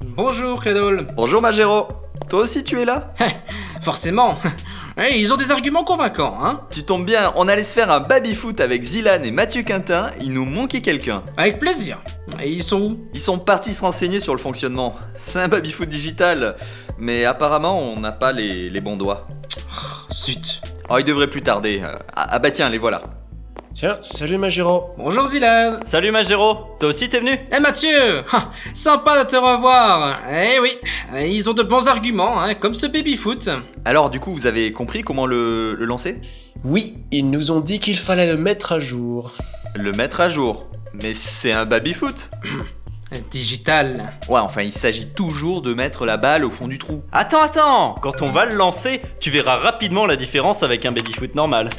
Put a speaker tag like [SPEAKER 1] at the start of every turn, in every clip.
[SPEAKER 1] Bonjour Cladol
[SPEAKER 2] Bonjour Magéro Toi aussi tu es là
[SPEAKER 1] Forcément Eh, Ils ont des arguments convaincants, hein
[SPEAKER 2] Tu tombes bien, on allait se faire un baby-foot avec Zilan et Mathieu Quintin, il nous manquait quelqu'un.
[SPEAKER 1] Avec plaisir Et ils sont où
[SPEAKER 2] Ils sont partis se renseigner sur le fonctionnement. C'est un baby-foot digital, mais apparemment on n'a pas les, les bons doigts.
[SPEAKER 1] Zut
[SPEAKER 2] Oh, ils devraient plus tarder. Euh, Ah, ah bah tiens, les voilà.
[SPEAKER 3] Tiens, salut Magiro.
[SPEAKER 1] Bonjour Zilan
[SPEAKER 4] Salut Magéro, toi aussi t'es venu
[SPEAKER 1] Eh Mathieu Ha, Sympa de te revoir Eh oui eh, Ils ont de bons arguments, hein, comme ce baby-foot
[SPEAKER 2] Alors du coup, vous avez compris comment le, le lancer
[SPEAKER 3] Oui, ils nous ont dit qu'il fallait le mettre à jour.
[SPEAKER 2] Le mettre à jour. Mais c'est un baby-foot
[SPEAKER 1] Eh, Digital
[SPEAKER 2] Ouais, enfin, il s'agit toujours de mettre la balle au fond du trou.
[SPEAKER 4] Attends, attends Quand on va le lancer, tu verras rapidement la différence avec un baby-foot normal.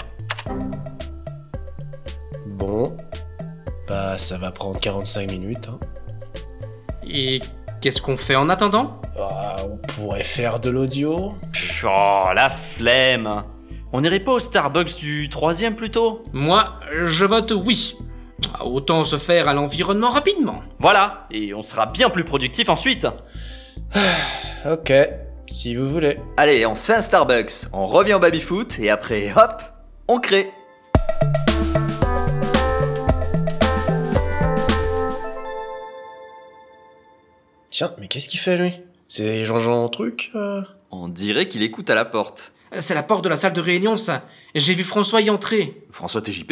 [SPEAKER 3] Bon. Bah, ça va prendre 45 minutes. hein.
[SPEAKER 1] Et qu'est-ce qu'on fait en attendant
[SPEAKER 3] Ah, on pourrait faire de l'audio.
[SPEAKER 4] Pff, oh, la flemme On irait pas au Starbucks du troisième plutôt
[SPEAKER 1] Moi, je vote oui Autant se faire à l'environnement rapidement
[SPEAKER 4] Voilà, et on sera bien plus productif ensuite
[SPEAKER 3] Ok, si vous voulez.
[SPEAKER 2] Allez, on se fait un Starbucks, on revient au baby-foot, et après, hop, on crée
[SPEAKER 3] Tiens, mais qu'est-ce qu'il fait lui C'est Jean-Jean truc euh
[SPEAKER 2] On dirait qu'il écoute à la porte.
[SPEAKER 1] C'est la porte de la salle de réunion, ça J'ai vu François y entrer
[SPEAKER 2] François TJP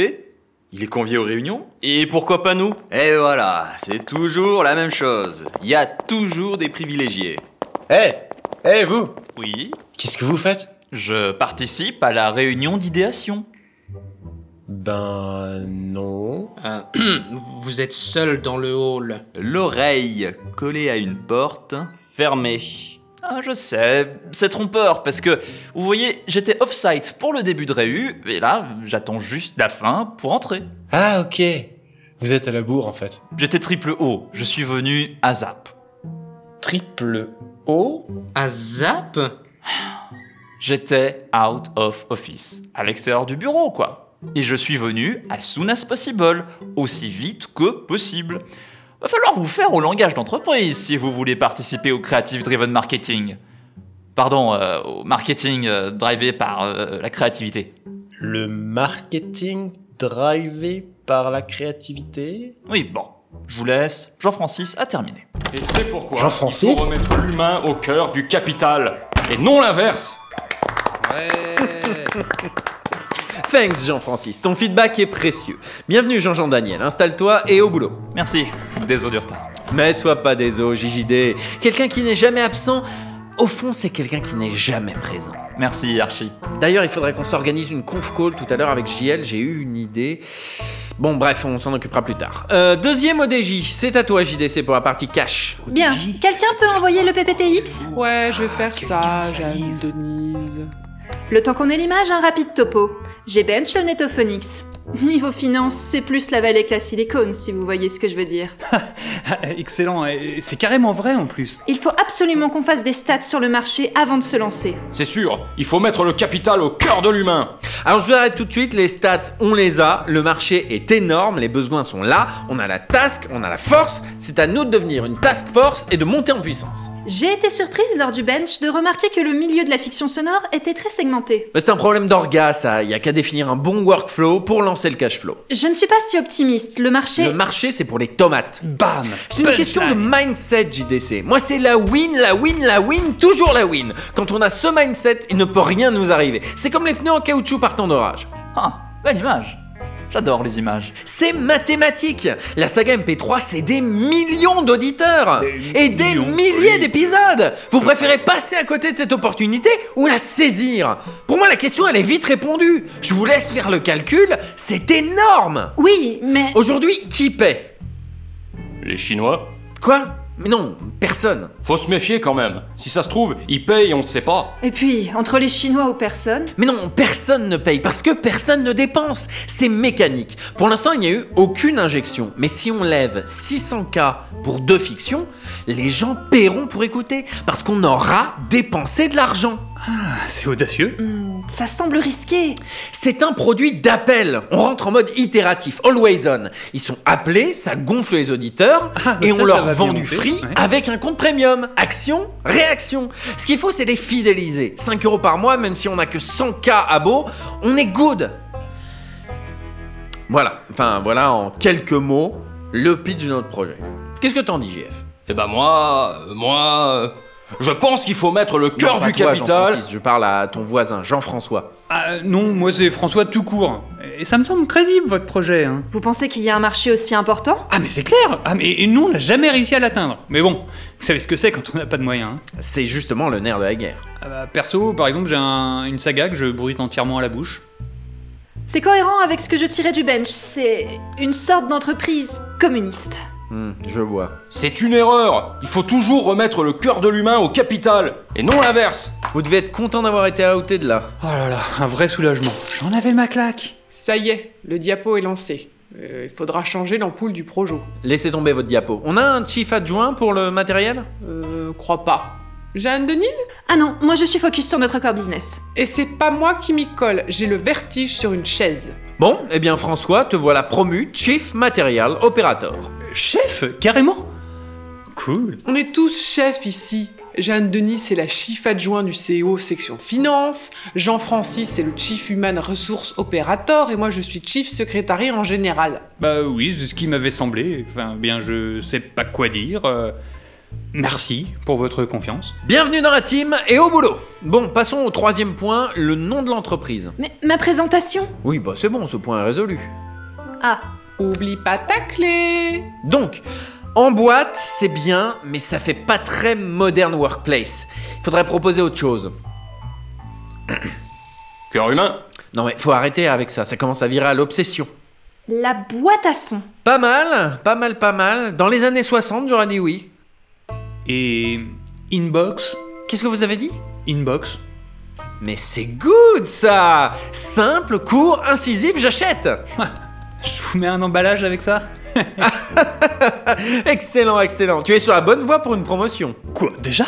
[SPEAKER 2] Il est convié aux réunions
[SPEAKER 4] Et pourquoi pas nous
[SPEAKER 2] Et voilà, c'est toujours la même chose. Il y a toujours des privilégiés.
[SPEAKER 3] Eh Eh vous
[SPEAKER 4] Oui,
[SPEAKER 3] Qu'est-ce que vous faites
[SPEAKER 4] je participe à la réunion d'idéation.
[SPEAKER 3] Ben non.
[SPEAKER 1] Euh, vous êtes seul dans le hall.
[SPEAKER 2] L'oreille collée à une porte.
[SPEAKER 4] Fermé. Ah, je sais, c'est trompeur parce que, vous voyez, j'étais off-site pour le début de réu, et là, j'attends juste la fin pour entrer.
[SPEAKER 3] Ah ok. Vous êtes à la bourre en fait.
[SPEAKER 4] J'étais triple O, je suis venu à Zap.
[SPEAKER 3] Triple O
[SPEAKER 1] À Zap
[SPEAKER 4] J'étais out of office, à l'extérieur du bureau quoi. Et je suis venu as soon as possible, aussi vite que possible. Va falloir vous faire au langage d'entreprise si vous voulez participer au Creative Driven Marketing. Pardon, euh, au marketing euh, drivé par euh, la créativité.
[SPEAKER 3] Le marketing drivé par la créativité
[SPEAKER 4] Oui, bon, je vous laisse, Jean-Francis a terminé.
[SPEAKER 5] Et c'est pourquoi
[SPEAKER 3] Jean-Francis
[SPEAKER 5] il faut remettre l'humain au cœur du capital et non l'inverse.
[SPEAKER 6] Thanks Jean-Francis, ton feedback est précieux. Bienvenue Jean-Jean Daniel, installe-toi et au boulot.
[SPEAKER 4] Merci, désolé du retard.
[SPEAKER 6] Mais sois pas désolé, JJD. Quelqu'un qui n'est jamais absent, au fond, c'est quelqu'un qui n'est jamais présent.
[SPEAKER 4] Merci Archie.
[SPEAKER 6] D'ailleurs, il faudrait qu'on s'organise une conf call tout à l'heure avec JL, j'ai eu une idée. Bon, bref, on s'en occupera plus tard. Euh, deuxième ODJ, c'est à toi JDC pour la partie cash.
[SPEAKER 7] Bien, quelqu'un peut envoyer le PPTX
[SPEAKER 8] Ouais, je vais faire ça, j'aime Denise.
[SPEAKER 7] Le temps qu'on ait l'image, un rapide topo. J'ai bench le Netophonix. Niveau finance, c'est plus la vallée classe silicone, si vous voyez ce que je veux dire.
[SPEAKER 9] Excellent, et c'est carrément vrai en plus.
[SPEAKER 7] Il faut absolument qu'on fasse des stats sur le marché avant de se lancer.
[SPEAKER 5] C'est sûr, il faut mettre le capital au cœur de l'humain.
[SPEAKER 6] Alors je vous arrête tout de suite, les stats, on les a, le marché est énorme, les besoins sont là, on a la task, on a la force, c'est à nous de devenir une task force et de monter en puissance.
[SPEAKER 7] J'ai été surprise lors du bench de remarquer que le milieu de la fiction sonore était très segmenté.
[SPEAKER 6] Mais Bah, c'est un problème d'orga ça, il y a qu'à définir un bon workflow pour lancer le cash flow.
[SPEAKER 7] Je ne suis pas si optimiste, le marché...
[SPEAKER 6] Le marché c'est pour les tomates.
[SPEAKER 9] Bam
[SPEAKER 6] C'est une question de mindset JDC. Moi c'est la win, la win, la win, toujours la win. Quand on a ce mindset, il ne peut rien nous arriver. C'est comme les pneus en caoutchouc par temps d'orage.
[SPEAKER 4] Ah, belle image. J'adore les images.
[SPEAKER 6] C'est mathématique. La saga MP3, c'est des millions d'auditeurs et des milliers d'épisodes. Vous préférez passer à côté de cette opportunité ou la saisir Pour moi, la question, elle est vite répondue. Je vous laisse faire le calcul. C'est énorme.
[SPEAKER 7] Oui, mais...
[SPEAKER 9] Oh.
[SPEAKER 6] Aujourd'hui, qui paie
[SPEAKER 5] Les Chinois
[SPEAKER 6] Quoi Mais non, personne.
[SPEAKER 5] Faut se méfier quand même. Si ça se trouve, ils payent, on ne sait pas.
[SPEAKER 7] Et puis, entre les Chinois ou personne,
[SPEAKER 6] Mais non, personne ne paye parce que personne ne dépense. C'est mécanique. Pour l'instant, il n'y a eu aucune injection. Mais si on lève 600K pour deux fictions, les gens paieront pour écouter parce qu'on aura dépensé de l'argent.
[SPEAKER 9] C'est audacieux.
[SPEAKER 7] hmm, Ça semble risqué.
[SPEAKER 6] C'est un produit d'appel. On rentre en mode itératif, always on. Ils sont appelés, ça gonfle les auditeurs
[SPEAKER 9] Ah, bah
[SPEAKER 6] et
[SPEAKER 9] ça,
[SPEAKER 6] on
[SPEAKER 9] ça
[SPEAKER 6] leur
[SPEAKER 9] va
[SPEAKER 6] vend
[SPEAKER 9] bien
[SPEAKER 6] du
[SPEAKER 9] monter,
[SPEAKER 6] free
[SPEAKER 9] ouais.
[SPEAKER 6] avec un compte premium. Action, réaction. Ce qu'il faut, c'est les fidéliser. 5 euros par mois, même si on n'a que 100K abos, on est good. Voilà, enfin voilà en quelques mots le pitch de notre projet. Qu'est-ce que t'en dis, JF
[SPEAKER 5] Eh ben moi, euh, moi, euh, je pense qu'il faut mettre le cœur
[SPEAKER 6] Non, pas
[SPEAKER 5] du
[SPEAKER 6] toi,
[SPEAKER 5] capital.
[SPEAKER 6] Jean-Francis, Je parle à ton voisin, Jean-François.
[SPEAKER 9] Ah, non, moi c'est François tout court. Et ça me semble crédible votre projet. Hein.
[SPEAKER 7] Vous pensez qu'il y a un marché aussi important
[SPEAKER 9] Ah mais c'est clair Ah mais et nous on n'a jamais réussi à l'atteindre. Mais bon, vous savez ce que c'est quand on n'a pas de moyens. hein.
[SPEAKER 6] C'est justement le nerf de la guerre.
[SPEAKER 9] Ah bah, perso, par exemple, j'ai un- une saga que je bruite entièrement à la bouche.
[SPEAKER 7] C'est cohérent avec ce que je tirais du bench. C'est une sorte d'entreprise communiste.
[SPEAKER 6] Hmm, je vois.
[SPEAKER 5] C'est une erreur. Il faut toujours remettre le cœur de l'humain au capital et non l'inverse.
[SPEAKER 6] Vous devez être content d'avoir été outé de là.
[SPEAKER 9] Oh là là, un vrai soulagement. J'en avais ma claque.
[SPEAKER 8] Ça y est, le diapo est lancé. Euh, Il faudra changer l'ampoule du projo.
[SPEAKER 6] Laissez tomber votre diapo. On a un chief adjoint pour le matériel
[SPEAKER 8] Euh, crois pas. Jeanne Denise
[SPEAKER 7] Ah non, moi je suis focus sur notre core business.
[SPEAKER 8] Et c'est pas moi qui m'y colle, j'ai le vertige sur une chaise.
[SPEAKER 6] Bon, eh bien François, te voilà promu chief matériel opérateur.
[SPEAKER 9] Chef, carrément Cool.
[SPEAKER 8] On est tous chefs ici. Jeanne Denis, c'est la chief adjoint du CEO section finance. Jean-Francis, c'est le chief human resource operator. Et moi, je suis chief secrétariat en général.
[SPEAKER 9] Bah oui, c'est ce qui m'avait semblé. Enfin, bien, je sais pas quoi dire. Euh, merci pour votre confiance.
[SPEAKER 6] Bienvenue dans la team et au boulot Bon, passons au troisième point, le nom de l'entreprise.
[SPEAKER 7] Mais ma présentation
[SPEAKER 6] Oui, bah c'est bon, ce point est résolu.
[SPEAKER 7] Ah,
[SPEAKER 8] Oublie pas ta clé
[SPEAKER 6] Donc, en boîte, c'est bien, mais ça fait pas très moderne workplace. Il faudrait proposer autre chose.
[SPEAKER 5] Cœur humain.
[SPEAKER 6] Non mais faut arrêter avec ça, ça commence à virer à l'obsession.
[SPEAKER 7] la boîte à son.
[SPEAKER 6] Pas mal, pas mal, pas mal. Dans les années 60, j'aurais dit oui.
[SPEAKER 9] Et. Inbox
[SPEAKER 6] Qu'est-ce que vous avez dit
[SPEAKER 9] Inbox
[SPEAKER 6] Mais c'est good ça Simple, court, incisif, j'achète
[SPEAKER 9] Je vous mets un emballage avec ça
[SPEAKER 6] Excellent, excellent. Tu es sur la bonne voie pour une promotion.
[SPEAKER 9] Quoi, déjà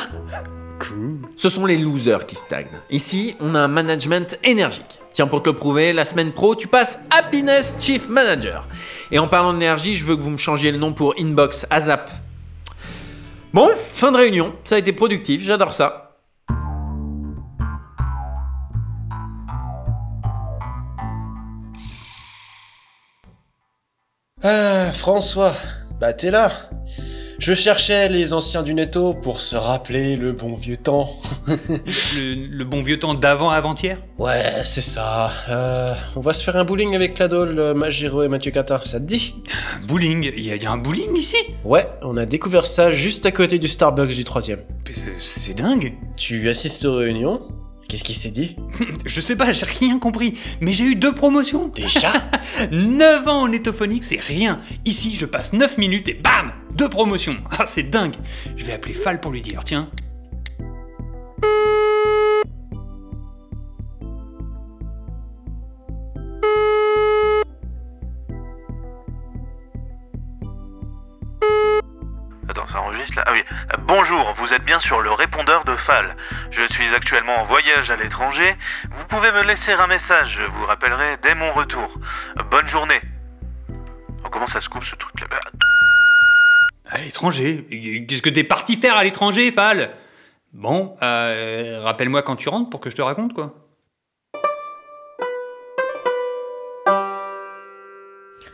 [SPEAKER 9] Cool.
[SPEAKER 6] Ce sont les losers qui stagnent. Ici, on a un management énergique. Tiens, pour te le prouver, la semaine pro, tu passes Happiness Chief Manager. Et en parlant d'énergie, je veux que vous me changiez le nom pour Inbox ASAP. Bon, fin de réunion. Ça a été productif, j'adore ça.
[SPEAKER 3] Ah, François, bah t'es là. Je cherchais les anciens du netto pour se rappeler le bon vieux temps.
[SPEAKER 9] Le, le bon vieux temps d'avant avant-hier
[SPEAKER 3] Ouais, c'est ça. Euh, on va se faire un bowling avec Cladol, euh, Magiro et Mathieu Cata, ça te dit
[SPEAKER 9] Un Bowling Il y, a- il y a un bowling ici
[SPEAKER 3] Ouais, on a découvert ça juste à côté du Starbucks du troisième.
[SPEAKER 9] Mais c'est- C'est dingue
[SPEAKER 3] Tu assistes aux réunions Qu'est-ce qui s'est dit
[SPEAKER 9] Je sais pas, j'ai rien compris, mais j'ai eu deux promotions
[SPEAKER 3] Déjà
[SPEAKER 9] 9 ans en étophonique, c'est rien. Ici, je passe 9 minutes et bam Deux promotions. Ah, c'est dingue. Je vais appeler Fal pour lui dire, tiens.
[SPEAKER 10] Attends, ça enregistre là Ah oui. Euh, Bonjour, vous êtes bien sur le répondeur de Fal. Je suis actuellement en voyage à l'étranger. Vous pouvez me laisser un message, je vous rappellerai dès mon retour. Euh, Bonne journée. Oh, comment ça se coupe ce truc là
[SPEAKER 9] À l'étranger Qu'est-ce que t'es parti faire à l'étranger, Fal Bon, euh, rappelle-moi quand tu rentres pour que je te raconte, quoi.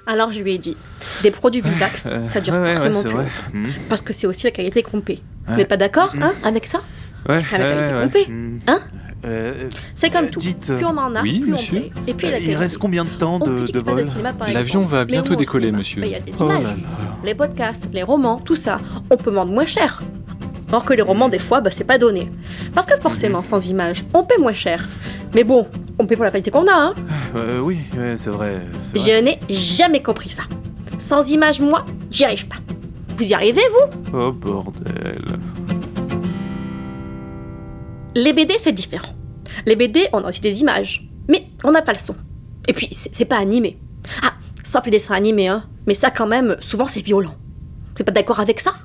[SPEAKER 11] Alors je lui ai dit, des produits Vitax, ça dure forcément plus longtemps.
[SPEAKER 2] Mhm.
[SPEAKER 11] Parce que c'est aussi la qualité groupée. Vous n'êtes pas d'accord hein, avec ça C'est quand la qualité groupée. Hein C'est
[SPEAKER 10] Euh,
[SPEAKER 11] comme tout. Plus on en a, plus on paye. Et puis la qualité.
[SPEAKER 10] combien de temps
[SPEAKER 11] On critique pas le cinéma, par
[SPEAKER 10] L'avion
[SPEAKER 11] exemple,
[SPEAKER 10] va
[SPEAKER 11] mais
[SPEAKER 10] bientôt
[SPEAKER 11] au moins au
[SPEAKER 10] décoller,
[SPEAKER 11] cinéma,
[SPEAKER 10] monsieur.
[SPEAKER 11] bah, Il y a des
[SPEAKER 10] Oh
[SPEAKER 11] images,
[SPEAKER 10] là là.
[SPEAKER 11] les podcasts, les romans, tout ça. On peut vendre moins cher. Or que les romans, des fois, bah, c'est pas donné. Parce que forcément, sans images, on paie moins cher. Mais bon, on paie pour la qualité qu'on a, hein.
[SPEAKER 10] Euh, Oui, c'est vrai.
[SPEAKER 11] Je n'ai jamais compris ça. Sans images, moi, j'y arrive pas. Vous y arrivez, vous
[SPEAKER 10] Oh bordel.
[SPEAKER 11] Les BD, c'est différent. Les BD, on a aussi des images, mais on n'a pas le son. Et puis, c'est c'est pas animé. Ah, sauf les dessins animés, hein. Mais ça, quand même, souvent, c'est violent. Vous n'êtes pas d'accord avec ça